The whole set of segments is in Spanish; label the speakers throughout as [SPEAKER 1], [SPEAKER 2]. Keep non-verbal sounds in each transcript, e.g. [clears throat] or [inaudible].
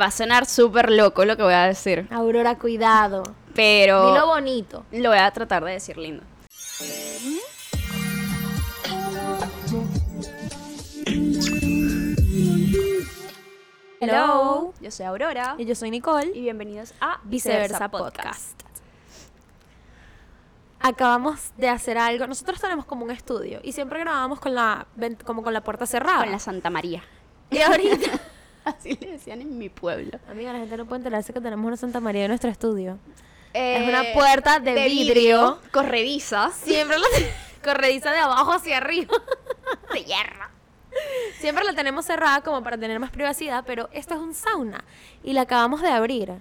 [SPEAKER 1] Va a sonar súper loco lo que voy a decir,
[SPEAKER 2] Aurora, cuidado. Dilo
[SPEAKER 1] pero
[SPEAKER 2] bonito.
[SPEAKER 1] lo voy a tratar de decir lindo.
[SPEAKER 2] Hello.
[SPEAKER 1] Yo soy Aurora
[SPEAKER 2] Y yo soy Nicole.
[SPEAKER 1] y bienvenidos a
[SPEAKER 2] Viceversa Podcast. Acabamos de hacer algo. Nosotros tenemos como un estudio y siempre grabábamos con la ven- como con la puerta cerrada.
[SPEAKER 1] Con la Santa María.
[SPEAKER 2] [laughs] Y ahorita.
[SPEAKER 1] Ah. [laughs] Así le decían en mi pueblo.
[SPEAKER 2] [laughs] Amiga, la gente no puede enterarse que tenemos una Santa María en nuestro estudio.
[SPEAKER 1] Eh,
[SPEAKER 2] una puerta de vidrio.
[SPEAKER 1] corrediza.
[SPEAKER 2] Siempre la [laughs] corrediza de abajo hacia arriba.
[SPEAKER 1] [laughs]
[SPEAKER 2] [laughs]
[SPEAKER 1] De hierro.
[SPEAKER 2] Siempre la tenemos cerrada como para tener más privacidad, pero esto es un sauna y la acabamos de abrir.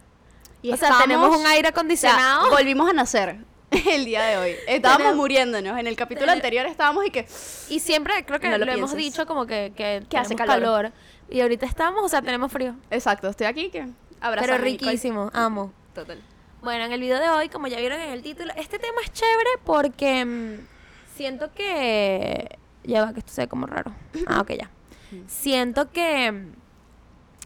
[SPEAKER 1] Y
[SPEAKER 2] o sea,
[SPEAKER 1] estamos-
[SPEAKER 2] tenemos un aire
[SPEAKER 1] O sea,
[SPEAKER 2] acondicionado.
[SPEAKER 1] volvimos a nacer [laughs] el día de hoy. Estábamos
[SPEAKER 2] Tenemos-
[SPEAKER 1] muriéndonos. En el capítulo
[SPEAKER 2] Ten-
[SPEAKER 1] anterior estábamos y que.
[SPEAKER 2] Y siempre creo que
[SPEAKER 1] No
[SPEAKER 2] lo,
[SPEAKER 1] lo
[SPEAKER 2] hemos
[SPEAKER 1] pienses.
[SPEAKER 2] dicho como que, que,
[SPEAKER 1] Que hace
[SPEAKER 2] tenemos
[SPEAKER 1] calor.
[SPEAKER 2] Y ahorita estamos, o sea, tenemos frío.
[SPEAKER 1] Exacto, estoy aquí que.
[SPEAKER 2] pero
[SPEAKER 1] abrazame, Nicole.
[SPEAKER 2] riquísimo, amo.
[SPEAKER 1] Total.
[SPEAKER 2] Bueno, en el video de hoy, como ya vieron en el título, este tema es chévere porque mm, siento que... Ya va, que esto se ve como raro. [clears throat] Ah, ok, ya. Siento que mm,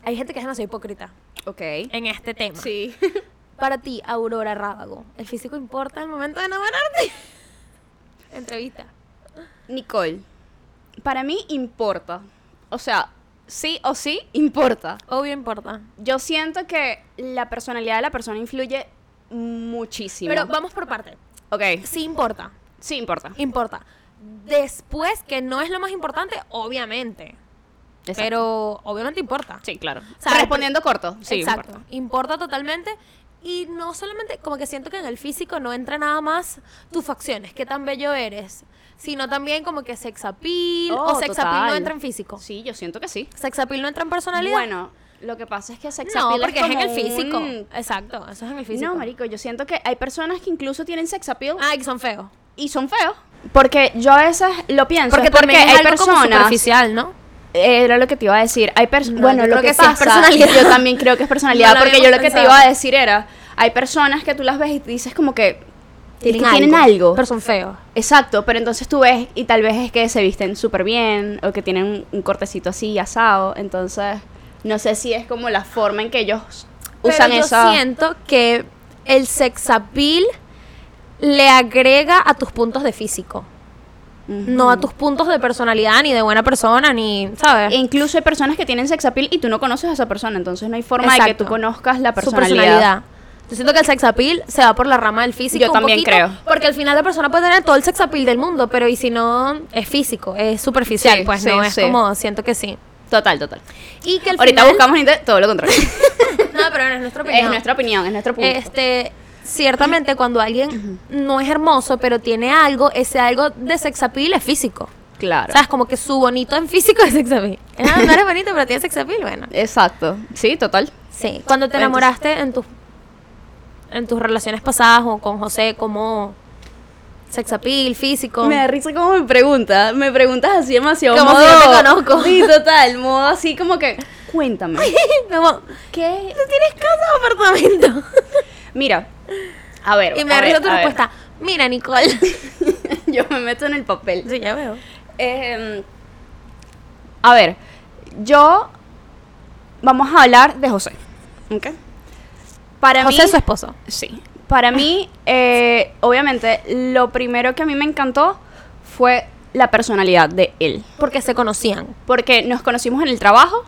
[SPEAKER 2] hay gente que es demasiado hipócrita
[SPEAKER 1] Ok.
[SPEAKER 2] en este tema.
[SPEAKER 1] Sí. [laughs]
[SPEAKER 2] Para ti, Aurora Rábago, ¿el físico importa al momento de enamorarte? [laughs] Entrevista.
[SPEAKER 1] Nicole, para mí importa. O sea, sí o sí importa.
[SPEAKER 2] Obvio importa.
[SPEAKER 1] Yo siento que la personalidad de la persona influye muchísimo.
[SPEAKER 2] Pero vamos por parte.
[SPEAKER 1] ok,
[SPEAKER 2] Sí importa,
[SPEAKER 1] sí importa.
[SPEAKER 2] importa. Después, que no es lo más importante, obviamente.
[SPEAKER 1] Exacto.
[SPEAKER 2] Pero obviamente importa.
[SPEAKER 1] Sí, claro.
[SPEAKER 2] O sea,
[SPEAKER 1] Respondiendo corto, sí
[SPEAKER 2] Exacto.
[SPEAKER 1] importa.
[SPEAKER 2] Importa. totalmente. Y no solamente, como que siento que en el físico no entra nada más tus facciones, qué tan bello eres, sino también como que sex appeal
[SPEAKER 1] Oh,
[SPEAKER 2] o sex appeal
[SPEAKER 1] total.
[SPEAKER 2] no entra en físico.
[SPEAKER 1] Sí, yo siento que sí.
[SPEAKER 2] Sex appeal no entra en personalidad.
[SPEAKER 1] Bueno, lo que pasa es que sex
[SPEAKER 2] no,
[SPEAKER 1] appeal
[SPEAKER 2] porque es, en
[SPEAKER 1] como
[SPEAKER 2] el físico.
[SPEAKER 1] un-
[SPEAKER 2] Exacto, eso es en el físico. Ah.
[SPEAKER 1] No, marico, yo siento que hay personas que incluso tienen sex appeal
[SPEAKER 2] Ay, que son feos.
[SPEAKER 1] y son feos. Porque yo a veces lo pienso. es porque
[SPEAKER 2] también es
[SPEAKER 1] hay
[SPEAKER 2] algo como
[SPEAKER 1] personas
[SPEAKER 2] superficial, ¿no?
[SPEAKER 1] Eh, Era lo que te iba a decir. Hay pers-
[SPEAKER 2] No,
[SPEAKER 1] bueno,
[SPEAKER 2] yo
[SPEAKER 1] lo
[SPEAKER 2] creo
[SPEAKER 1] que,
[SPEAKER 2] que sí es
[SPEAKER 1] pasa,
[SPEAKER 2] personalidad.
[SPEAKER 1] yo también creo que es personalidad,
[SPEAKER 2] [laughs] No lo
[SPEAKER 1] porque yo
[SPEAKER 2] habíamos
[SPEAKER 1] lo que te
[SPEAKER 2] pensado.
[SPEAKER 1] iba a decir era, hay personas que tú las ves y dices como que tienen, algo. tienen algo.
[SPEAKER 2] Pero son feos.
[SPEAKER 1] Exacto, pero entonces tú ves y tal vez es que se visten súper bien o que tienen un- un cortecito así asado, entonces no sé si es como la forma en que ellos usan
[SPEAKER 2] Pero yo
[SPEAKER 1] esa
[SPEAKER 2] siento que el sex appeal le agrega a tus puntos de físico.
[SPEAKER 1] Ujú.
[SPEAKER 2] No a tus puntos de personalidad, ni de buena persona, ni, ¿sabes?
[SPEAKER 1] E incluso hay personas que tienen sex appeal y tú no conoces a esa persona, entonces no hay forma de que
[SPEAKER 2] Exacto.
[SPEAKER 1] tú conozcas la
[SPEAKER 2] Su
[SPEAKER 1] personalidad.
[SPEAKER 2] personalidad. Yo siento que el sex appeal se va por la rama del físico.
[SPEAKER 1] Yo
[SPEAKER 2] un
[SPEAKER 1] también
[SPEAKER 2] poquito,
[SPEAKER 1] creo.
[SPEAKER 2] Porque al final la persona puede tener todo el sex appeal del mundo, pero y si no, es físico, es superficial,
[SPEAKER 1] Sí,
[SPEAKER 2] pues
[SPEAKER 1] sí,
[SPEAKER 2] no es
[SPEAKER 1] sí.
[SPEAKER 2] como, siento que sí.
[SPEAKER 1] Total, total.
[SPEAKER 2] Y que al
[SPEAKER 1] Ahorita
[SPEAKER 2] final-
[SPEAKER 1] buscamos en internet todo lo contrario.
[SPEAKER 2] [laughs] [coughs] No, pero no es nuestra opinión.
[SPEAKER 1] es nuestra opinión, es nuestro punto.
[SPEAKER 2] Este, ciertamente cuando alguien no es hermoso, pero tiene algo, ese algo de sex appeal es físico.
[SPEAKER 1] Claro.
[SPEAKER 2] ¿Sabes? Como que su bonito en físico es
[SPEAKER 1] [laughs]
[SPEAKER 2] sex appeal. Ah, no eres bonito, pero tienes sex appeal, bueno.
[SPEAKER 1] Exacto. Sí, total.
[SPEAKER 2] Sí. Cuando te enamoraste en tus en tus relaciones pasadas o con José, como sex appeal, físico.
[SPEAKER 1] Me
[SPEAKER 2] [laughs]
[SPEAKER 1] da risa como me pregunta. Me preguntas así demasiado.
[SPEAKER 2] Como si
[SPEAKER 1] modo-
[SPEAKER 2] yo te conozco.
[SPEAKER 1] Sí, total. Modo así como que. Cuéntame.
[SPEAKER 2] Como,
[SPEAKER 1] ¿Qué?
[SPEAKER 2] ¿tú tienes casa o
[SPEAKER 1] [laughs]
[SPEAKER 2] apartamento?
[SPEAKER 1] Mira. A ver.
[SPEAKER 2] y me
[SPEAKER 1] a
[SPEAKER 2] da
[SPEAKER 1] ver,
[SPEAKER 2] risa tu
[SPEAKER 1] a ver.
[SPEAKER 2] respuesta. Mira, Nicole. sí,
[SPEAKER 1] [laughs] Yo me meto en el papel.
[SPEAKER 2] ya veo.
[SPEAKER 1] Eh, a ver. Yo. Vamos a hablar de José. ¿Ok? Para
[SPEAKER 2] José
[SPEAKER 1] mí.
[SPEAKER 2] es su esposo.
[SPEAKER 1] Sí. Para mí, eh, obviamente, lo primero que a mí me encantó fue la personalidad de él.
[SPEAKER 2] Porque se conocían.
[SPEAKER 1] Porque nos conocimos en el trabajo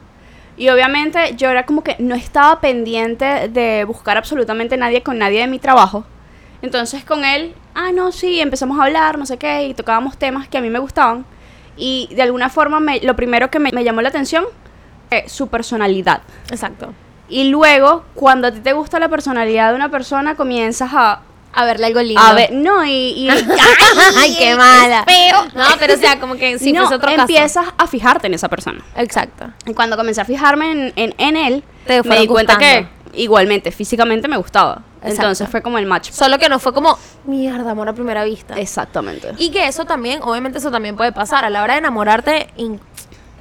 [SPEAKER 1] y obviamente yo era como que no estaba pendiente de buscar absolutamente nadie con nadie de mi trabajo. Entonces con él, ah, no, sí, empezamos a hablar, no sé qué, y tocábamos temas que a mí me gustaban. Y de alguna forma me- lo primero que me, me llamó la atención fue su personalidad.
[SPEAKER 2] Exacto.
[SPEAKER 1] Y luego, cuando a ti te gusta la personalidad de una persona, comienzas a...
[SPEAKER 2] A verle algo lindo.
[SPEAKER 1] A ver, no, y... [laughs] y-
[SPEAKER 2] Ay, qué mala.
[SPEAKER 1] Pero... [laughs]
[SPEAKER 2] No, pero o sea, como que si
[SPEAKER 1] no,
[SPEAKER 2] fuese otro caso.
[SPEAKER 1] empiezas a fijarte en esa persona.
[SPEAKER 2] Exacto.
[SPEAKER 1] Y cuando comencé a fijarme en, en, en él,
[SPEAKER 2] Te
[SPEAKER 1] me
[SPEAKER 2] fueron
[SPEAKER 1] di cuenta que
[SPEAKER 2] gustando.
[SPEAKER 1] igualmente, físicamente me gustaba.
[SPEAKER 2] Exacto.
[SPEAKER 1] Entonces fue como el match.
[SPEAKER 2] Solo que no fue como, mierda, amor a primera vista.
[SPEAKER 1] Exactamente.
[SPEAKER 2] Y que eso también, obviamente eso también puede pasar a la hora de enamorarte, in-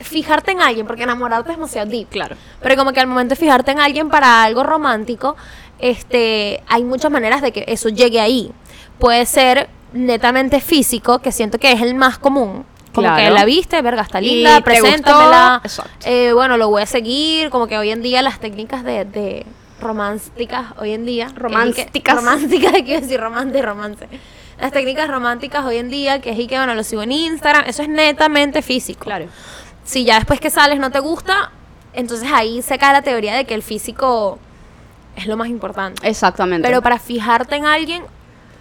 [SPEAKER 2] fijarte en alguien, porque enamorarte es demasiado deep.
[SPEAKER 1] claro.
[SPEAKER 2] Pero como que al momento de fijarte en alguien para algo romántico, este, hay muchas maneras de que eso llegue ahí. Puede ser netamente físico, que siento que es el más común. Como que
[SPEAKER 1] Claro.
[SPEAKER 2] la viste, verga, está
[SPEAKER 1] Y
[SPEAKER 2] linda,
[SPEAKER 1] te
[SPEAKER 2] preséntamela.
[SPEAKER 1] gustó, exacto.
[SPEAKER 2] Eh, bueno, lo voy a seguir. Como que hoy en día las técnicas de, de románticas, hoy en día. que es y que-
[SPEAKER 1] Románticas.
[SPEAKER 2] Románticas, [laughs] quiero decir romance, romance. Las técnicas románticas hoy en día, que es y que, bueno, lo sigo en Instagram. Eso es netamente físico.
[SPEAKER 1] Claro.
[SPEAKER 2] Si ya después que sales no te gusta, entonces ahí se cae la teoría de que el físico es lo más importante.
[SPEAKER 1] Exactamente.
[SPEAKER 2] Pero para fijarte en alguien,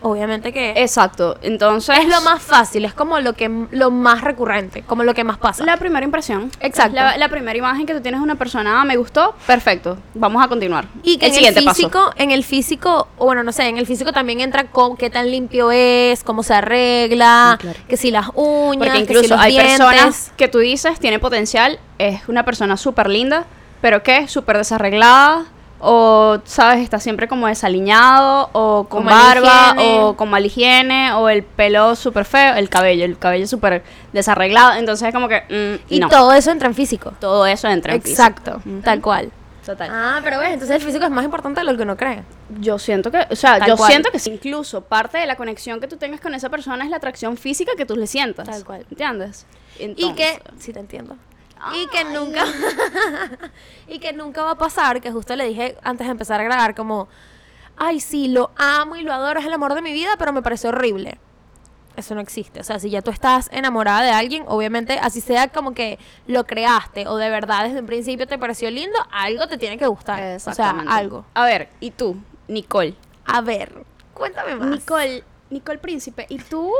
[SPEAKER 2] obviamente que
[SPEAKER 1] Exacto. Entonces.
[SPEAKER 2] es lo más fácil, es como lo que lo más recurrente, como lo que más pasa.
[SPEAKER 1] La primera impresión.
[SPEAKER 2] Exacto.
[SPEAKER 1] La, la primera imagen que tú tienes de una persona, ah, me gustó, perfecto. Vamos a continuar.
[SPEAKER 2] y que
[SPEAKER 1] el
[SPEAKER 2] en
[SPEAKER 1] siguiente
[SPEAKER 2] el
[SPEAKER 1] paso.
[SPEAKER 2] físico, en el físico, o bueno, no sé, en el físico también entra con qué tan limpio es, cómo se arregla,
[SPEAKER 1] Sí, claro.
[SPEAKER 2] que si las uñas,
[SPEAKER 1] Porque
[SPEAKER 2] que si
[SPEAKER 1] incluso
[SPEAKER 2] los
[SPEAKER 1] hay
[SPEAKER 2] dientes.
[SPEAKER 1] personas que tú dices tiene potencial, es una persona súper linda, pero que súper desarreglada, o sabes, está siempre como desaliñado, o con
[SPEAKER 2] Con mala
[SPEAKER 1] barba,
[SPEAKER 2] higiene.
[SPEAKER 1] o con mal higiene, o el pelo súper feo, el cabello, el cabello súper desarreglado. Entonces es como que. mm,
[SPEAKER 2] Y
[SPEAKER 1] no.
[SPEAKER 2] todo eso entra en físico.
[SPEAKER 1] Todo eso entra en físico.
[SPEAKER 2] Exacto,
[SPEAKER 1] Ujú.
[SPEAKER 2] tal cual.
[SPEAKER 1] Total.
[SPEAKER 2] Ah, pero ves, entonces el físico es más importante de lo que uno cree.
[SPEAKER 1] Yo siento que, o sea,
[SPEAKER 2] Tal
[SPEAKER 1] yo
[SPEAKER 2] cual.
[SPEAKER 1] siento que sí. incluso parte de la conexión que tú tengas con esa persona es la atracción física que tú le sientas.
[SPEAKER 2] Tal cual.
[SPEAKER 1] ¿Entiendes?
[SPEAKER 2] Y que,
[SPEAKER 1] Entonces-
[SPEAKER 2] sí te entiendo. Y que nunca [laughs] y que nunca va a pasar, que justo le dije antes de empezar a grabar como ay, sí, lo amo y lo adoro, es el amor de mi vida, pero me parece horrible. Eso no existe. O sea, si ya tú estás enamorada de alguien, obviamente así sea como que lo creaste o de verdad desde un principio te pareció lindo, algo te tiene que gustar. O sea,
[SPEAKER 1] Eh, Exactamente.
[SPEAKER 2] algo.
[SPEAKER 1] A ver, ¿y tú, Nicole?
[SPEAKER 2] A ver, cuéntame más.
[SPEAKER 1] Nicole, [laughs] Nicole Príncipe, ¿y tú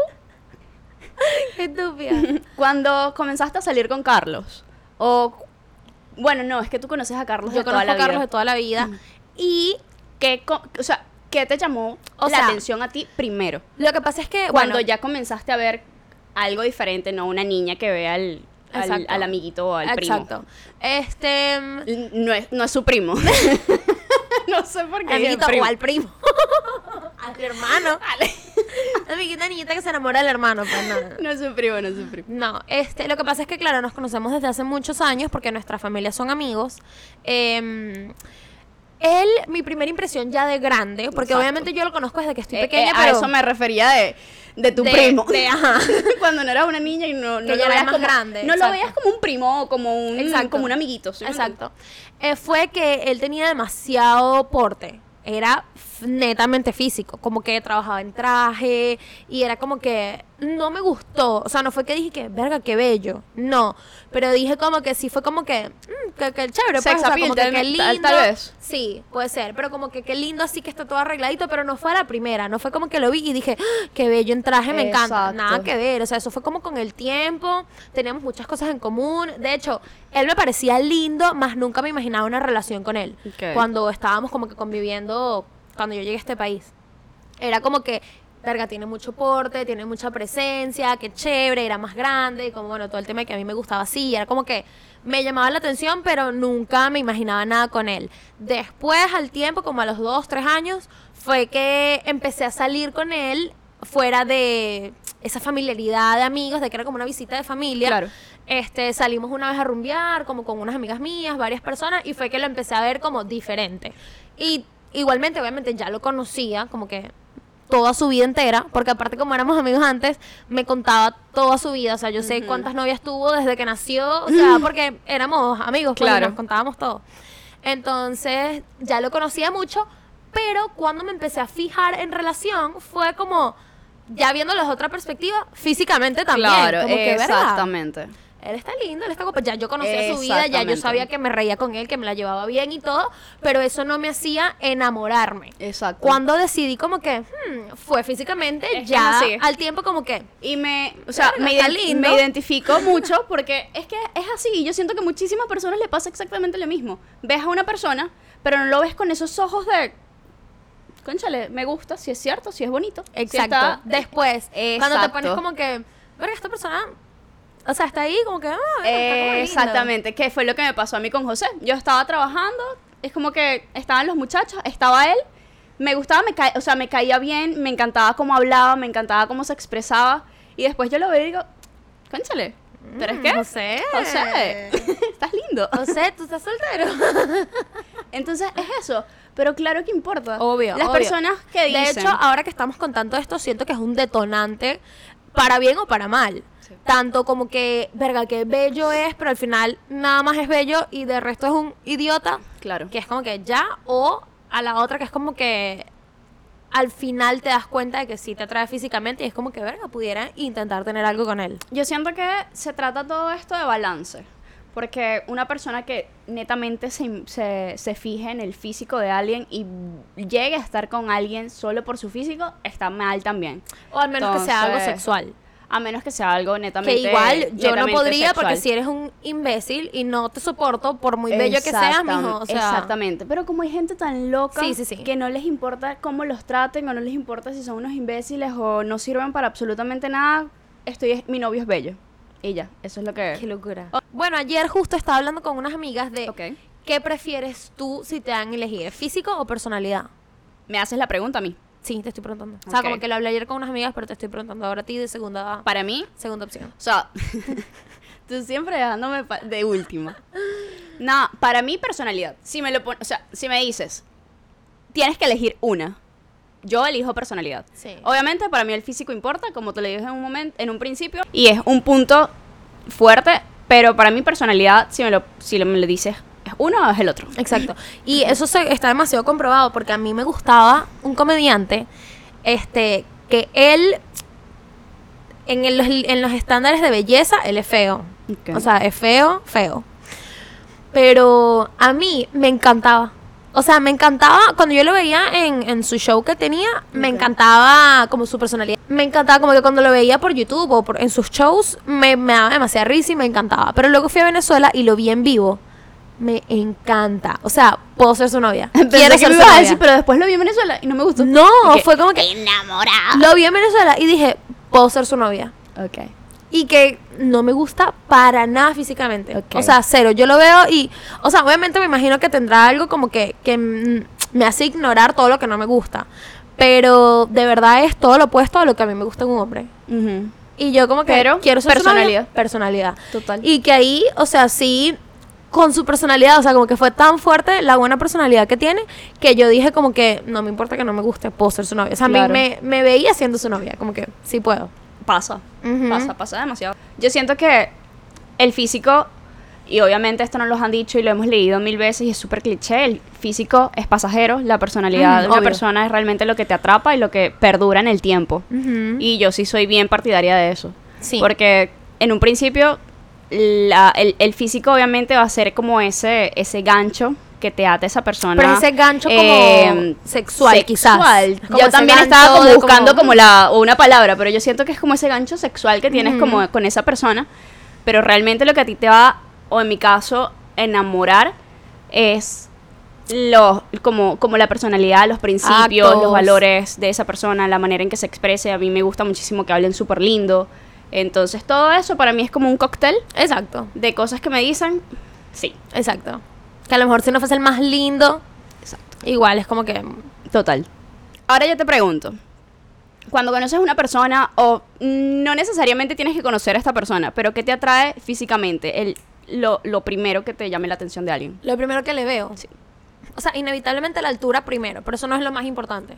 [SPEAKER 2] Estúpida.
[SPEAKER 1] [laughs] cuando comenzaste a salir con Carlos? O bueno, no, es que tú conoces a Carlos
[SPEAKER 2] Yo
[SPEAKER 1] de toda
[SPEAKER 2] conozco
[SPEAKER 1] la
[SPEAKER 2] a Carlos
[SPEAKER 1] vida.
[SPEAKER 2] de
[SPEAKER 1] Mm.
[SPEAKER 2] toda la vida y
[SPEAKER 1] ¿Qué co- o sea, ¿qué te llamó
[SPEAKER 2] O
[SPEAKER 1] la
[SPEAKER 2] sea,
[SPEAKER 1] atención a ti primero?
[SPEAKER 2] lo que pasa es que
[SPEAKER 1] Cuando
[SPEAKER 2] bueno,
[SPEAKER 1] ya comenzaste a ver algo diferente, no una niña que ve al, al-
[SPEAKER 2] Exacto.
[SPEAKER 1] al amiguito o al primo.
[SPEAKER 2] Exacto. Este. mm,
[SPEAKER 1] N- No es, no es su
[SPEAKER 2] [laughs]
[SPEAKER 1] primo. [laughs] no sé por qué. dije
[SPEAKER 2] Amiguito
[SPEAKER 1] primo.
[SPEAKER 2] o al primo. [laughs] al hermano. Amiguita niñita que se enamora del hermano, pues no.
[SPEAKER 1] [laughs] No es su primo, no es su primo.
[SPEAKER 2] No, este, lo que pasa es que, claro, nos conocemos desde hace muchos años porque nuestras familias son amigos. Em, él, mi primera impresión ya de grande, porque
[SPEAKER 1] Exacto.
[SPEAKER 2] obviamente yo lo conozco desde que estoy
[SPEAKER 1] Eh,
[SPEAKER 2] pequeña,
[SPEAKER 1] eh,
[SPEAKER 2] pero
[SPEAKER 1] A eso me refería de, de tu
[SPEAKER 2] De-
[SPEAKER 1] primo.
[SPEAKER 2] de- ajá.
[SPEAKER 1] [laughs] Cuando no eras una niña y no, no
[SPEAKER 2] Que ya
[SPEAKER 1] lo
[SPEAKER 2] era
[SPEAKER 1] veías
[SPEAKER 2] más
[SPEAKER 1] como,
[SPEAKER 2] grande,
[SPEAKER 1] No
[SPEAKER 2] exacto.
[SPEAKER 1] lo veías como un primo o como un,
[SPEAKER 2] Exacto.
[SPEAKER 1] como un amiguito. ¿sí me
[SPEAKER 2] Exacto. Eh, fue que él tenía demasiado porte. Era f- netamente físico. Como que trabajaba en traje. Y era como que no me gustó. O sea, no fue que dije que, verga, qué bello. No. Pero dije como que sí fue como que, mm, que, que chévere.
[SPEAKER 1] Sex
[SPEAKER 2] pues, o sea, como
[SPEAKER 1] appeal,
[SPEAKER 2] que
[SPEAKER 1] tal-
[SPEAKER 2] qué
[SPEAKER 1] tal-
[SPEAKER 2] lindo.
[SPEAKER 1] tal vez.
[SPEAKER 2] Sí, puede ser. Pero como que qué lindo así que está todo arregladito. Pero no fue a la primera. No fue como que lo vi y dije, "Ah, qué bello en traje, me encanta.
[SPEAKER 1] Exacto.
[SPEAKER 2] Nada que ver, o sea, eso fue como con el tiempo, teníamos muchas cosas en común. De hecho, él me parecía lindo, más nunca me imaginaba una relación con él.
[SPEAKER 1] Ok.
[SPEAKER 2] Cuando estábamos como que conviviendo, cuando yo llegué a este país. Era como que, verga, tiene mucho porte, tiene mucha presencia, qué chévere, era más grande, y como bueno, todo el tema que a mí me gustaba así, era como que me llamaba la atención, pero nunca me imaginaba nada con él. Después, al tiempo, como a los dos, tres años, fue que empecé a salir con él fuera de esa familiaridad de amigos, de que era como una visita de familia.
[SPEAKER 1] Claro.
[SPEAKER 2] Este, salimos una vez a rumbear, como con unas amigas mías, varias personas, y fue que lo empecé a ver como diferente. Y igualmente, obviamente, ya lo conocía, como que toda su vida entera, porque aparte como éramos amigos antes, me contaba toda su vida, o sea, yo sé cuántas novias tuvo desde que nació, o sea, porque éramos amigos, pues, y
[SPEAKER 1] Mm. Claro.
[SPEAKER 2] nos contábamos todo. Entonces, ya lo conocía mucho, pero cuando me empecé a fijar en relación fue como ya viéndolo desde otra perspectiva, físicamente también,
[SPEAKER 1] Claro,
[SPEAKER 2] como que, "Verga,
[SPEAKER 1] exactamente.
[SPEAKER 2] él está lindo, él está guapo. Ya yo conocía su vida, ya yo
[SPEAKER 1] Exactamente.
[SPEAKER 2] sabía que me reía con él, que me la llevaba bien y todo, pero eso no me hacía enamorarme.
[SPEAKER 1] Exacto.
[SPEAKER 2] Cuando decidí como que hmm, fue físicamente,
[SPEAKER 1] Es que
[SPEAKER 2] ya
[SPEAKER 1] es así.
[SPEAKER 2] al tiempo como que
[SPEAKER 1] Y me, o sea,
[SPEAKER 2] Verga,
[SPEAKER 1] me,
[SPEAKER 2] está
[SPEAKER 1] ident-
[SPEAKER 2] lindo.
[SPEAKER 1] me identifico mucho porque es que es así. Y yo siento que a muchísimas personas le pasa exactamente lo mismo. Ves a una persona, pero no lo ves con esos ojos de. Conchale, me gusta, si es cierto, si es bonito. si está-
[SPEAKER 2] Exacto. Después, cuando te
[SPEAKER 1] Exacto.
[SPEAKER 2] pones como que, verga, esta persona, o sea, está ahí como que, ah, verga, [laughs] está como linda".
[SPEAKER 1] Exactamente, que fue lo que me pasó a mí con José. Yo estaba trabajando, es como que estaban los muchachos, estaba él, me gustaba, me ca- o sea, me caía bien, me encantaba cómo hablaba, me encantaba cómo se expresaba. Y después yo lo veo y digo, cónchale, ¿pero es
[SPEAKER 2] Mm,
[SPEAKER 1] que?
[SPEAKER 2] José.
[SPEAKER 1] José, [laughs] estás lindo.
[SPEAKER 2] José, tú estás soltero.
[SPEAKER 1] Entonces es eso, pero claro que importa.
[SPEAKER 2] Obvio.
[SPEAKER 1] Las
[SPEAKER 2] obvio.
[SPEAKER 1] personas que dicen.
[SPEAKER 2] De hecho, ahora que estamos contando esto, siento que es un detonante para bien o para mal.
[SPEAKER 1] Sí.
[SPEAKER 2] Tanto como que, verga, que bello es, pero al final nada más es bello y de resto es un idiota,
[SPEAKER 1] Claro.
[SPEAKER 2] que es como que ya, o a la otra que es como que al final te das cuenta de que sí te atrae físicamente y es como que, verga, pudiera intentar tener algo con él.
[SPEAKER 1] Yo siento que se trata todo esto de balance. Porque una persona que netamente se, se, se fije en el físico de alguien y llegue a estar con alguien solo por su físico, está mal también.
[SPEAKER 2] O al menos que sea algo
[SPEAKER 1] Entonces,
[SPEAKER 2] sexual.
[SPEAKER 1] A menos que sea algo netamente.
[SPEAKER 2] Que igual yo no
[SPEAKER 1] netamente
[SPEAKER 2] podría
[SPEAKER 1] sexual.
[SPEAKER 2] porque si eres un imbécil y no te soporto por muy bello que seas,
[SPEAKER 1] Exactam-
[SPEAKER 2] mijo. O sea,
[SPEAKER 1] Exactamente. Pero como hay gente tan loca
[SPEAKER 2] Sí, sí, sí.
[SPEAKER 1] que no les importa cómo los traten o no les importa si son unos imbéciles o no sirven para absolutamente nada, estoy, mi novio es bello. Y ya, eso es lo que...
[SPEAKER 2] Qué locura. Oh, Bueno, ayer justo estaba hablando con unas amigas de
[SPEAKER 1] Ok.
[SPEAKER 2] qué prefieres tú si te dan a elegir, físico o personalidad.
[SPEAKER 1] Me haces la pregunta a mí.
[SPEAKER 2] Sí, te estoy preguntando. O sea,
[SPEAKER 1] Ok.
[SPEAKER 2] como que lo hablé ayer con unas amigas, pero te estoy preguntando ahora a ti de segunda,
[SPEAKER 1] Para mí,
[SPEAKER 2] segunda opción.
[SPEAKER 1] o sea, [laughs] tú siempre dejándome pa- de último. No, para mí personalidad. Si me lo pon- o sea, si me dices, tienes que elegir una. Yo elijo personalidad.
[SPEAKER 2] Sí.
[SPEAKER 1] Obviamente para mí el físico importa, como te lo dije en un momento, en un principio, y es un punto fuerte, pero para mi personalidad, si me lo, si lo- me lo dices, es uno o es el [laughs] otro.
[SPEAKER 2] Exacto. Y eso se- está demasiado comprobado porque a mí me gustaba un comediante este que él en, el- los, en los estándares de belleza él es feo.
[SPEAKER 1] Ok.
[SPEAKER 2] O sea, es feo, feo. Pero a mí me encantaba. O sea, me encantaba, cuando yo lo veía en, en su show que tenía, me
[SPEAKER 1] Ok.
[SPEAKER 2] encantaba como su personalidad. Me encantaba como que cuando lo veía por YouTube o por- en sus shows, me, me daba demasiada risa y me encantaba. Pero luego fui a Venezuela y lo vi en vivo. Me encanta. O sea, puedo ser su novia.
[SPEAKER 1] [laughs] Pensé
[SPEAKER 2] Quiero
[SPEAKER 1] que
[SPEAKER 2] ser
[SPEAKER 1] me
[SPEAKER 2] su
[SPEAKER 1] ibas a
[SPEAKER 2] novia.
[SPEAKER 1] decir, pero después lo vi en Venezuela y no me gustó.
[SPEAKER 2] No,
[SPEAKER 1] Y que-
[SPEAKER 2] fue como que
[SPEAKER 1] enamorada.
[SPEAKER 2] lo vi en Venezuela y dije, puedo ser su novia
[SPEAKER 1] Ok.
[SPEAKER 2] y que no me gusta para nada físicamente.
[SPEAKER 1] Ok.
[SPEAKER 2] O sea, cero. Yo lo veo y, o sea, obviamente me imagino que tendrá algo como que, que mm, me hace ignorar todo lo que no me gusta. Pero de verdad es todo lo opuesto a lo que a mí me gusta en un hombre.
[SPEAKER 1] Ujú.
[SPEAKER 2] Y yo como que
[SPEAKER 1] Pero,
[SPEAKER 2] quiero ser su novia.
[SPEAKER 1] personalidad.
[SPEAKER 2] personalidad.
[SPEAKER 1] Total.
[SPEAKER 2] Y que ahí, o sea, sí, con su personalidad, o sea, como que fue tan fuerte la buena personalidad que tiene, que yo dije como que no me importa que no me guste, puedo ser su novia. O sea, me-
[SPEAKER 1] Claro.
[SPEAKER 2] me, me veía siendo su novia, como que sí puedo.
[SPEAKER 1] pasa,
[SPEAKER 2] Ujú.
[SPEAKER 1] pasa, pasa demasiado. Yo siento que el físico, y obviamente esto nos lo han dicho y lo hemos leído mil veces y es súper cliché, el físico es pasajero, la personalidad
[SPEAKER 2] Ujú,
[SPEAKER 1] de una
[SPEAKER 2] obvio.
[SPEAKER 1] persona es realmente lo que te atrapa y lo que perdura en el tiempo.
[SPEAKER 2] Ujú.
[SPEAKER 1] Y yo sí soy bien partidaria de eso.
[SPEAKER 2] Sí.
[SPEAKER 1] Porque en un principio la- el, el físico obviamente va a ser como ese, ese gancho que te ata a esa persona.
[SPEAKER 2] Pero ese gancho como sexual, quizás. Como
[SPEAKER 1] Em, yo
[SPEAKER 2] ese
[SPEAKER 1] también
[SPEAKER 2] gancho
[SPEAKER 1] estaba como
[SPEAKER 2] de
[SPEAKER 1] buscando
[SPEAKER 2] como-
[SPEAKER 1] como la o una palabra, pero yo siento que es como ese gancho sexual que tienes
[SPEAKER 2] Ujú.
[SPEAKER 1] como con esa persona, pero realmente lo que a ti te va o en mi caso enamorar es los como como la personalidad, los principios,
[SPEAKER 2] Actos.
[SPEAKER 1] los valores de esa persona, la manera en que se exprese, a mí me gusta muchísimo que hablen súper lindo. Entonces, todo eso para mí es como un cóctel
[SPEAKER 2] Exacto,
[SPEAKER 1] de cosas que me dicen. Sí,
[SPEAKER 2] exacto. Que a lo mejor si no fuese el más lindo,
[SPEAKER 1] exacto.
[SPEAKER 2] igual es como que.
[SPEAKER 1] Total. Ahora yo te pregunto, cuando conoces a una persona o no necesariamente tienes que conocer a esta persona, pero ¿qué te atrae físicamente? El, lo, lo primero que te llame la atención de alguien.
[SPEAKER 2] Lo primero que le veo.
[SPEAKER 1] Sí.
[SPEAKER 2] O sea, inevitablemente la altura primero, pero eso no es lo más importante.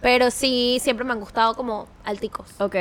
[SPEAKER 2] Pero sí, siempre me han gustado como alticos.
[SPEAKER 1] Ok.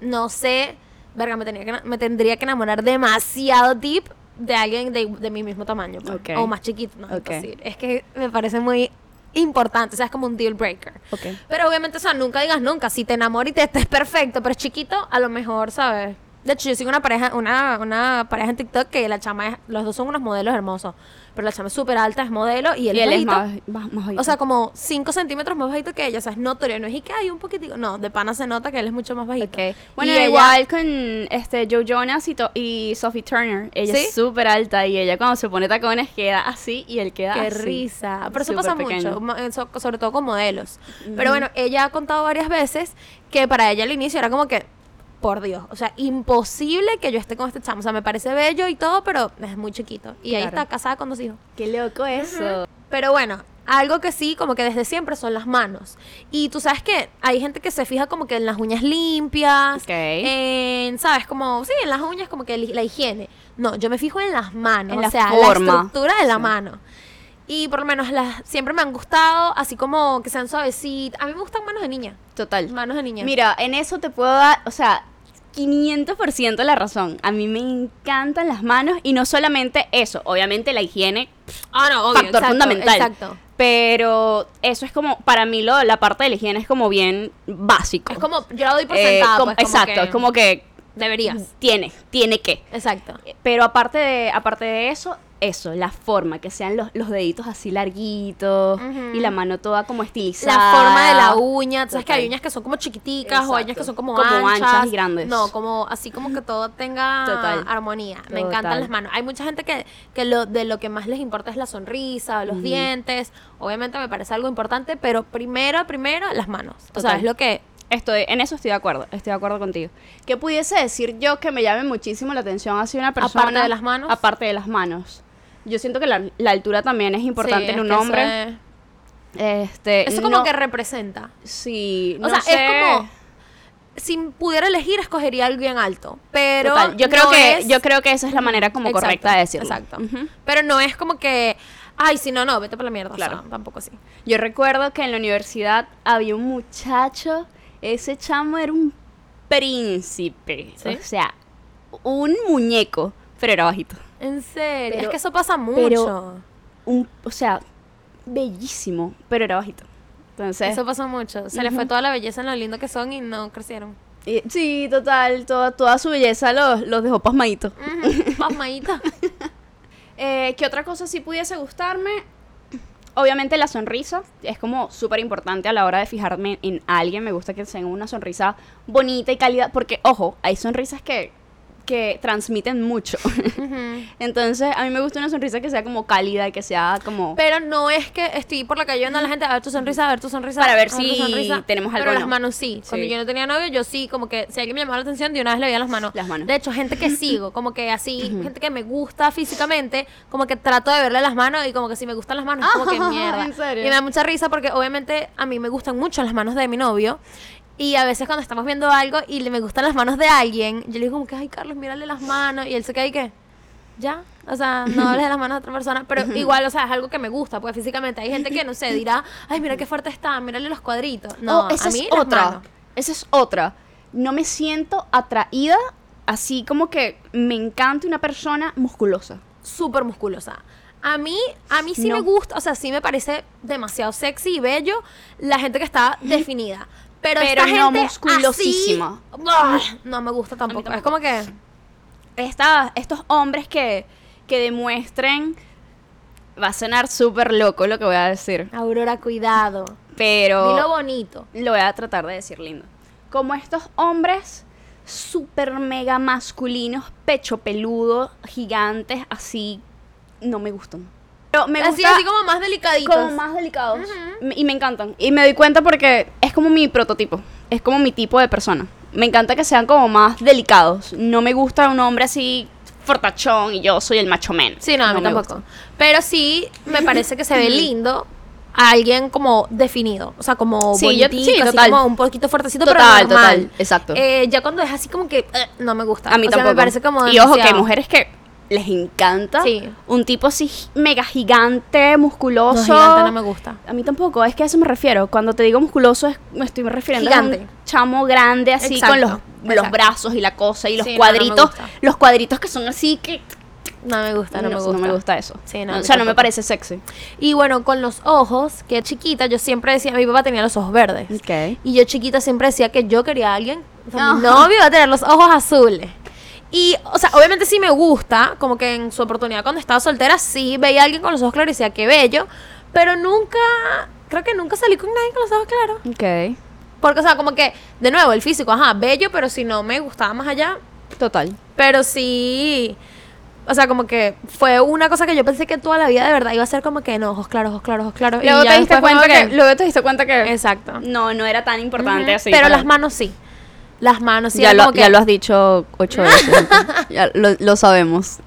[SPEAKER 2] No sé, verga, me, tenía que, me tendría que enamorar demasiado deep de alguien de, de mi mismo tamaño. pues.
[SPEAKER 1] Ok.
[SPEAKER 2] O más chiquito, no es
[SPEAKER 1] Ok.
[SPEAKER 2] imposible. Es que me parece muy importante, o sea, es como un deal breaker.
[SPEAKER 1] Ok.
[SPEAKER 2] Pero obviamente, o sea, nunca digas nunca. Si te enamoras y te estés perfecto, pero es chiquito, a lo mejor, ¿sabes? De hecho, yo sigo una pareja, una, una pareja en TikTok que la chama es, los dos son unos modelos hermosos. Pero la chama es súper alta, es modelo y él,
[SPEAKER 1] Y él es
[SPEAKER 2] bajito.
[SPEAKER 1] más, más, más bajito.
[SPEAKER 2] O sea, como 5 centímetros más bajito que ella. O sea, es notorio. No es y que hay un poquitico. No, de pana se nota que él es mucho más bajito.
[SPEAKER 1] Ok. Bueno,
[SPEAKER 2] Y ella-
[SPEAKER 1] igual con este Joe Jonas y, to- y Sophie Turner. Ella
[SPEAKER 2] ¿Sí?
[SPEAKER 1] es súper alta y ella cuando se pone tacones queda así y él queda
[SPEAKER 2] Qué
[SPEAKER 1] así.
[SPEAKER 2] risa. Pero eso
[SPEAKER 1] Súper
[SPEAKER 2] pasa
[SPEAKER 1] pequeño.
[SPEAKER 2] mucho, mo- eh, so- sobre todo con modelos. Pero bueno, ella ha contado varias veces que para ella al inicio era como que, por Dios, o sea, imposible que yo esté con este chamo. O sea, me parece bello y todo, pero es muy chiquito. Y ahí
[SPEAKER 1] Claro.
[SPEAKER 2] está casada con dos hijos.
[SPEAKER 1] Qué loco eso.
[SPEAKER 2] Pero bueno, algo que sí, como que desde siempre son las manos. Y tú sabes que hay gente que se fija como que en las uñas limpias,
[SPEAKER 1] Ok.
[SPEAKER 2] en, ¿sabes? Como, sí, en las uñas, como que li- la higiene. No, yo me fijo en las manos,
[SPEAKER 1] En
[SPEAKER 2] o
[SPEAKER 1] la
[SPEAKER 2] sea,
[SPEAKER 1] forma.
[SPEAKER 2] la estructura de la
[SPEAKER 1] Sí.
[SPEAKER 2] mano. Y por lo menos las siempre me han gustado, así como que sean suavecitas. A mí me gustan manos de niña.
[SPEAKER 1] Total.
[SPEAKER 2] Manos de niña.
[SPEAKER 1] Mira, en eso te puedo dar, o sea, 500% la razón. A mí me encantan las manos y no solamente eso, obviamente la higiene,
[SPEAKER 2] Ah, no, obvio.
[SPEAKER 1] factor
[SPEAKER 2] exacto,
[SPEAKER 1] fundamental.
[SPEAKER 2] Exacto.
[SPEAKER 1] Pero eso es como, para mí lo, la parte de la higiene es como bien básico.
[SPEAKER 2] Es como, yo la doy por
[SPEAKER 1] Eh,
[SPEAKER 2] sentada.
[SPEAKER 1] como-
[SPEAKER 2] pues, como
[SPEAKER 1] exacto,
[SPEAKER 2] que
[SPEAKER 1] es como que
[SPEAKER 2] Deberías.
[SPEAKER 1] tiene, tiene que.
[SPEAKER 2] Exacto.
[SPEAKER 1] Pero aparte de, aparte de eso, eso, la forma, que sean los, los deditos así larguitos
[SPEAKER 2] Ujú.
[SPEAKER 1] y la mano toda como estilizada.
[SPEAKER 2] La forma de la uña, tú sabes que hay
[SPEAKER 1] Total.
[SPEAKER 2] uñas que son como chiquiticas o hay uñas que
[SPEAKER 1] Exacto.
[SPEAKER 2] son como,
[SPEAKER 1] Como
[SPEAKER 2] anchas.
[SPEAKER 1] anchas y grandes.
[SPEAKER 2] No, como así como que todo tenga
[SPEAKER 1] Total.
[SPEAKER 2] armonía. Me
[SPEAKER 1] Total.
[SPEAKER 2] encantan las manos. Hay mucha gente que, que lo, de lo que más les importa es la sonrisa, los dientes. Obviamente me parece algo importante, pero primero, primero, las manos. O sea,
[SPEAKER 1] Total.
[SPEAKER 2] es lo que...
[SPEAKER 1] Estoy, en eso estoy de acuerdo, estoy de acuerdo contigo. ¿Qué pudiese decir yo que me llame muchísimo la atención así una persona?
[SPEAKER 2] Aparte de las manos.
[SPEAKER 1] Aparte de las manos. Yo siento que la, la altura también es importante
[SPEAKER 2] Sí,
[SPEAKER 1] en
[SPEAKER 2] es
[SPEAKER 1] un
[SPEAKER 2] que eso
[SPEAKER 1] hombre.
[SPEAKER 2] es-
[SPEAKER 1] Este,
[SPEAKER 2] Eso como
[SPEAKER 1] no-
[SPEAKER 2] que representa.
[SPEAKER 1] Sí,
[SPEAKER 2] O
[SPEAKER 1] no
[SPEAKER 2] sea,
[SPEAKER 1] sé.
[SPEAKER 2] es como... Si pudiera elegir, escogería algo bien alto. Pero...
[SPEAKER 1] Total, yo creo
[SPEAKER 2] no
[SPEAKER 1] que
[SPEAKER 2] es-
[SPEAKER 1] yo creo que esa es la manera como
[SPEAKER 2] Exacto,
[SPEAKER 1] correcta de decirlo.
[SPEAKER 2] Exacto.
[SPEAKER 1] Ujú.
[SPEAKER 2] Pero no es como que, ay, si no, no, vete para la mierda. Claro.
[SPEAKER 1] Claro.
[SPEAKER 2] tampoco así.
[SPEAKER 1] Yo recuerdo que en la universidad había un muchacho, ese chamo era un príncipe,
[SPEAKER 2] ¿Sí?
[SPEAKER 1] o sea, un muñeco, pero era bajito.
[SPEAKER 2] En serio.
[SPEAKER 1] Pero-
[SPEAKER 2] es que eso pasa mucho.
[SPEAKER 1] pero- Un, o sea, bellísimo, pero era bajito. Entonces,
[SPEAKER 2] Eso pasa mucho. Se les fue toda la belleza en lo lindo que son y no crecieron.
[SPEAKER 1] eh, sí, total, toda, toda su belleza los, los dejó pasmaditos. [laughs]
[SPEAKER 2] Ujú, Pasmadita.
[SPEAKER 1] Eh, ¿Qué otra cosa sí pudiese gustarme? Obviamente la sonrisa es como súper importante a la hora de fijarme en alguien. Me gusta que tenga una sonrisa bonita y cálida. Porque, ojo, hay sonrisas que, que transmiten mucho. [laughs]
[SPEAKER 2] Ujú.
[SPEAKER 1] Entonces, a mí me gusta una sonrisa que sea como cálida y que sea como...
[SPEAKER 2] Pero no es que estoy por la calle viendo a la gente a ver tu sonrisa, a ver tu sonrisa.
[SPEAKER 1] Para ver
[SPEAKER 2] a
[SPEAKER 1] si
[SPEAKER 2] tu sonrisa.
[SPEAKER 1] tenemos algo
[SPEAKER 2] Pero
[SPEAKER 1] o
[SPEAKER 2] las
[SPEAKER 1] no.
[SPEAKER 2] manos sí. Cuando
[SPEAKER 1] Sí.
[SPEAKER 2] yo no tenía novio, yo sí, como que si alguien me llamaba la atención, de una vez le veía las manos.
[SPEAKER 1] Las manos.
[SPEAKER 2] De hecho, gente que
[SPEAKER 1] [laughs]
[SPEAKER 2] sigo, como que así, gente que me gusta físicamente, como que trato de verle las manos y como que si me gustan las manos, es como que
[SPEAKER 1] Ah, [laughs]
[SPEAKER 2] mierda.
[SPEAKER 1] ¿en serio?
[SPEAKER 2] Y me da mucha risa porque obviamente a mí me gustan mucho las manos de mi novio. Y a veces cuando estamos viendo algo y le me gustan las manos de alguien, yo le digo como que, ay, Carlos, mírale las manos. Y él se queda y que, ya, o sea, no hables de las manos de otra persona,
[SPEAKER 1] [laughs]
[SPEAKER 2] pero igual, o sea, es algo que me gusta, porque físicamente hay gente que, no sé, dirá, ay, mira qué fuerte está, mírale los cuadritos. No,
[SPEAKER 1] Oh, esa
[SPEAKER 2] a mí
[SPEAKER 1] es
[SPEAKER 2] las
[SPEAKER 1] otra.
[SPEAKER 2] manos.
[SPEAKER 1] Esa es otra. No me siento atraída así como que me encanta una persona musculosa.
[SPEAKER 2] Súper musculosa. A mí, a mí sí
[SPEAKER 1] No.
[SPEAKER 2] me gusta, o sea, sí me parece demasiado sexy y bello la gente que está definida. Pero,
[SPEAKER 1] Pero
[SPEAKER 2] esta
[SPEAKER 1] no
[SPEAKER 2] gente
[SPEAKER 1] musculosísima.
[SPEAKER 2] así, ¡buah! no me gusta tampoco. Es
[SPEAKER 1] tampoco.
[SPEAKER 2] como que
[SPEAKER 1] esta- estos hombres que, que demuestren, va a sonar súper loco lo que voy a decir,
[SPEAKER 2] Aurora, cuidado. Dilo
[SPEAKER 1] pero
[SPEAKER 2] bonito.
[SPEAKER 1] lo voy a tratar de decir lindo. Como estos hombres súper mega masculinos, pecho peludo, gigantes, así, no me gustan. Pero me
[SPEAKER 2] así,
[SPEAKER 1] gusta
[SPEAKER 2] así como más delicaditos.
[SPEAKER 1] como más delicados Me- y me encantan. Y me doy cuenta porque es como mi prototipo, es como mi tipo de persona. Me encanta que sean como más delicados. No me gusta un hombre así fortachón y yo soy el macho men.
[SPEAKER 2] Sí, no, a mí
[SPEAKER 1] me
[SPEAKER 2] tampoco.
[SPEAKER 1] gusta.
[SPEAKER 2] Pero sí me parece que se
[SPEAKER 1] [clears throat]
[SPEAKER 2] ve lindo a alguien como definido. O sea, como
[SPEAKER 1] Sí, yo-
[SPEAKER 2] bonitico,
[SPEAKER 1] sí,
[SPEAKER 2] así
[SPEAKER 1] total.
[SPEAKER 2] como un poquito fuertecito,
[SPEAKER 1] Total,
[SPEAKER 2] pero normal.
[SPEAKER 1] total, exacto.
[SPEAKER 2] Eh, ya cuando es así como que eh, no me gusta.
[SPEAKER 1] A mí
[SPEAKER 2] O sea,
[SPEAKER 1] tampoco.
[SPEAKER 2] me parece como
[SPEAKER 1] y ojo que hay
[SPEAKER 2] demasiado.
[SPEAKER 1] mujeres que les encanta
[SPEAKER 2] Sí.
[SPEAKER 1] un tipo así gi- mega gigante,
[SPEAKER 2] No,
[SPEAKER 1] musculoso.
[SPEAKER 2] gigante no me gusta.
[SPEAKER 1] A mí tampoco, es que a eso me refiero. Cuando te digo musculoso, es- me estoy refiriendo a
[SPEAKER 2] Gigante.
[SPEAKER 1] un chamo grande, así
[SPEAKER 2] Exacto,
[SPEAKER 1] con los, los
[SPEAKER 2] exacto.
[SPEAKER 1] brazos y la cosa y los
[SPEAKER 2] Sí, no, no me
[SPEAKER 1] cuadritos.
[SPEAKER 2] gusta.
[SPEAKER 1] los cuadritos que son así que.
[SPEAKER 2] No me gusta, no, me gusta.
[SPEAKER 1] eso.
[SPEAKER 2] Sí, no, a
[SPEAKER 1] o
[SPEAKER 2] mí
[SPEAKER 1] sea, no me
[SPEAKER 2] tampoco.
[SPEAKER 1] parece sexy.
[SPEAKER 2] Y bueno, con los ojos, que chiquita, yo siempre decía, mi papá tenía los ojos verdes.
[SPEAKER 1] Ok.
[SPEAKER 2] Y yo chiquita siempre decía que yo quería a alguien, o sea, mi
[SPEAKER 1] Ajá.
[SPEAKER 2] novio iba a tener los ojos azules. Y, o sea, obviamente sí me gusta, como que en su oportunidad cuando estaba soltera, sí veía a alguien con los ojos claros y decía, qué bello, pero nunca, creo que nunca salí con nadie con los ojos claros.
[SPEAKER 1] Ok.
[SPEAKER 2] Porque, o sea, como que, de nuevo, el físico, ajá, bello, pero si no me gustaba más allá,
[SPEAKER 1] Total.
[SPEAKER 2] pero sí. O sea, como que fue una cosa que yo pensé que toda la vida de verdad iba a ser como que no, ojos claros, ojos claros, ojos claros. y
[SPEAKER 1] Luego
[SPEAKER 2] ya
[SPEAKER 1] te diste
[SPEAKER 2] después fue
[SPEAKER 1] cuenta
[SPEAKER 2] como
[SPEAKER 1] que, Luego te diste cuenta que.
[SPEAKER 2] Exacto.
[SPEAKER 1] No, no era tan importante
[SPEAKER 2] Ujú.
[SPEAKER 1] así.
[SPEAKER 2] Pero
[SPEAKER 1] para-
[SPEAKER 2] las manos sí. Las manos sí.
[SPEAKER 1] Ya
[SPEAKER 2] era
[SPEAKER 1] lo,
[SPEAKER 2] como que-
[SPEAKER 1] ya lo has dicho ocho
[SPEAKER 2] [laughs]
[SPEAKER 1] veces. ya lo, lo sabemos.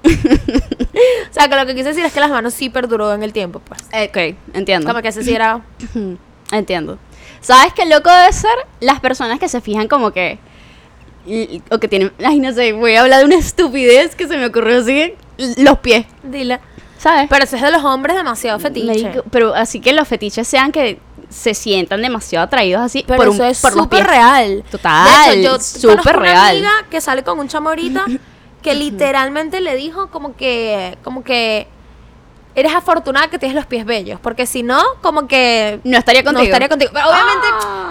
[SPEAKER 2] O sea, que lo que quise decir es que las manos sí perduró en el tiempo, pues.
[SPEAKER 1] ok, [laughs] entiendo.
[SPEAKER 2] Como que ese sí era.
[SPEAKER 1] Ujú, Hmm, Entiendo. ¿Sabes qué loco debe ser? Las personas que se fijan como que... y- O que tienen... Ay, no sé, voy a hablar de una estupidez que se me ocurrió así. Los pies.
[SPEAKER 2] Dile.
[SPEAKER 1] O ¿sabes?
[SPEAKER 2] Pero eso es de los hombres demasiado fetiche.
[SPEAKER 1] Marico, pero así que los fetiches sean que se sientan demasiado atraídos así
[SPEAKER 2] Pero
[SPEAKER 1] por un-
[SPEAKER 2] eso es
[SPEAKER 1] por los
[SPEAKER 2] súper
[SPEAKER 1] pies.
[SPEAKER 2] real.
[SPEAKER 1] Total,
[SPEAKER 2] De hecho, yo
[SPEAKER 1] súper
[SPEAKER 2] conozco Una
[SPEAKER 1] real.
[SPEAKER 2] amiga que sale con un
[SPEAKER 1] [clears throat]
[SPEAKER 2] chamo ahorita que literalmente le dijo como que, como que eres afortunada que tienes los pies bellos, porque si no, como que
[SPEAKER 1] No estaría
[SPEAKER 2] no
[SPEAKER 1] contigo. Ah.
[SPEAKER 2] estaría contigo. Pero obviamente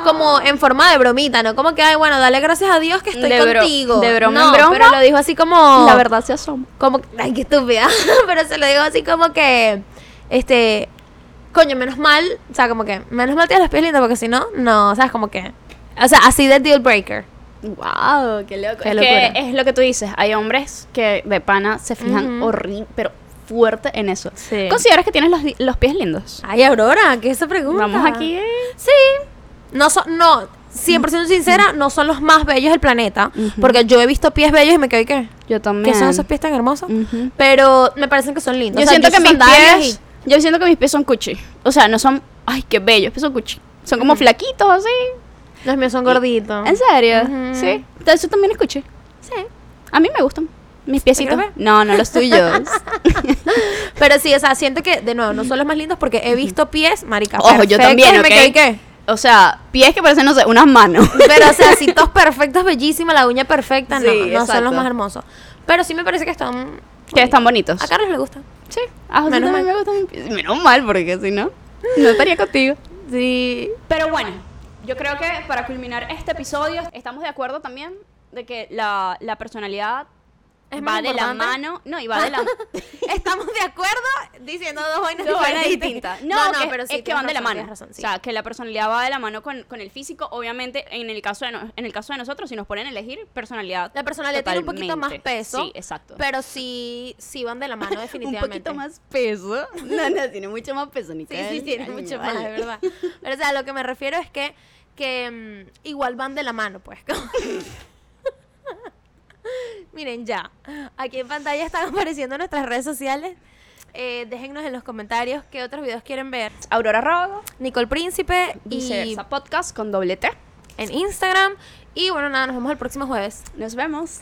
[SPEAKER 2] como en forma de bromita, ¿no? Como que, ay, bueno, dale gracias a Dios que estoy
[SPEAKER 1] De bro-
[SPEAKER 2] contigo.
[SPEAKER 1] de broma
[SPEAKER 2] no,
[SPEAKER 1] en broma.
[SPEAKER 2] pero lo dijo así como...
[SPEAKER 1] La verdad se asoma.
[SPEAKER 2] Como, ay, qué estúpida. [laughs] Pero se lo digo así como que, este, coño, menos mal, o sea, como que, menos mal tienes los pies lindos porque si no, no, o sea, es como que, o sea, así de deal breaker.
[SPEAKER 1] Wow, qué loco.
[SPEAKER 2] Qué
[SPEAKER 1] es,
[SPEAKER 2] locura.
[SPEAKER 1] que es lo que tú dices. Hay hombres que de pana se fijan
[SPEAKER 2] Ujú.
[SPEAKER 1] horrible, pero fuerte en eso.
[SPEAKER 2] Sí.
[SPEAKER 1] ¿Consideras que tienes los, di- los pies lindos?
[SPEAKER 2] Ay, Aurora, ¿qué es esa pregunta?
[SPEAKER 1] Vamos aquí. eh.
[SPEAKER 2] Sí. No son, no, 100% sincera, no son los más bellos del planeta,
[SPEAKER 1] Ujú.
[SPEAKER 2] porque yo he visto pies bellos y me quedé, ¿qué?
[SPEAKER 1] Yo también.
[SPEAKER 2] ¿Qué son esos pies tan hermosos?
[SPEAKER 1] Ujú.
[SPEAKER 2] Pero me parecen que son
[SPEAKER 1] Yo
[SPEAKER 2] lindos. O sea,
[SPEAKER 1] siento que
[SPEAKER 2] uso
[SPEAKER 1] mis
[SPEAKER 2] sandalias
[SPEAKER 1] pies. Yo siento que mis pies son cuchi. O sea, no son. Ay, qué bellos, son cuchi. Son como flaquitos así.
[SPEAKER 2] y los míos son gorditos.
[SPEAKER 1] ¿En serio?
[SPEAKER 2] Ah. Ujú.
[SPEAKER 1] Sí. Eso también escuché.
[SPEAKER 2] Sí.
[SPEAKER 1] A mí me gustan. Mis piecitos.
[SPEAKER 2] crees?
[SPEAKER 1] No, no los
[SPEAKER 2] [laughs]
[SPEAKER 1] tuyos.
[SPEAKER 2] Pero sí, o sea, siento que, de nuevo, no son los más lindos porque he visto pies, marica.
[SPEAKER 1] [laughs] Ojo, yo
[SPEAKER 2] perfectos
[SPEAKER 1] también,
[SPEAKER 2] y me quedé,
[SPEAKER 1] ¿ok?
[SPEAKER 2] ¿qué?
[SPEAKER 1] o sea, pies que parecen, no sé, unas manos.
[SPEAKER 2] Pero, o sea, si todos perfectos, bellísima, la uña perfecta, no,
[SPEAKER 1] Sí,
[SPEAKER 2] no son
[SPEAKER 1] exacto.
[SPEAKER 2] los más hermosos. Pero sí me parece que están.
[SPEAKER 1] [laughs] que están bonitos.
[SPEAKER 2] A Carlos le gusta.
[SPEAKER 1] Sí. A José
[SPEAKER 2] Menos
[SPEAKER 1] también
[SPEAKER 2] mal.
[SPEAKER 1] me gustan mis pies. Menos mal, porque si no, no estaría contigo.
[SPEAKER 2] Sí.
[SPEAKER 1] Pero bueno, yo creo que para culminar este episodio, estamos de acuerdo también de que la, la personalidad
[SPEAKER 2] Es
[SPEAKER 1] va
[SPEAKER 2] más
[SPEAKER 1] de la
[SPEAKER 2] importante.
[SPEAKER 1] mano. No, y va
[SPEAKER 2] [laughs]
[SPEAKER 1] de la [laughs]
[SPEAKER 2] Estamos de acuerdo diciendo dos vainas,
[SPEAKER 1] Dos vainas
[SPEAKER 2] diferentes.
[SPEAKER 1] distintas. No, que- es que
[SPEAKER 2] tienes
[SPEAKER 1] van de la
[SPEAKER 2] razón,
[SPEAKER 1] mano.
[SPEAKER 2] tienes razón, sí.
[SPEAKER 1] O sea, que la personalidad va de la mano con, con el físico. Obviamente, en el caso de no- en el caso de nosotros, si nos ponen a elegir personalidad.
[SPEAKER 2] la personalidad tiene un poquito más
[SPEAKER 1] totalmente.
[SPEAKER 2] peso.
[SPEAKER 1] Sí, exacto.
[SPEAKER 2] Pero sí, sí van de la mano,
[SPEAKER 1] [laughs]
[SPEAKER 2] definitivamente.
[SPEAKER 1] un poquito más peso. [laughs] No, no, tiene mucho más peso, ni
[SPEAKER 2] Sí, sí, tiene mucho más, de verdad. Pero, o sea, lo que me refiero es que, que mm, igual van de la mano, pues. como- [laughs] Miren, ya. Aquí en pantalla están [laughs] apareciendo nuestras redes sociales. Eh, déjennos en los comentarios qué otros videos quieren ver.
[SPEAKER 1] Aurora Rago,
[SPEAKER 2] Nicole Príncipe y
[SPEAKER 1] viceversa podcast con doble T.
[SPEAKER 2] en Instagram. Y bueno, nada, nos vemos el próximo jueves.
[SPEAKER 1] Nos vemos.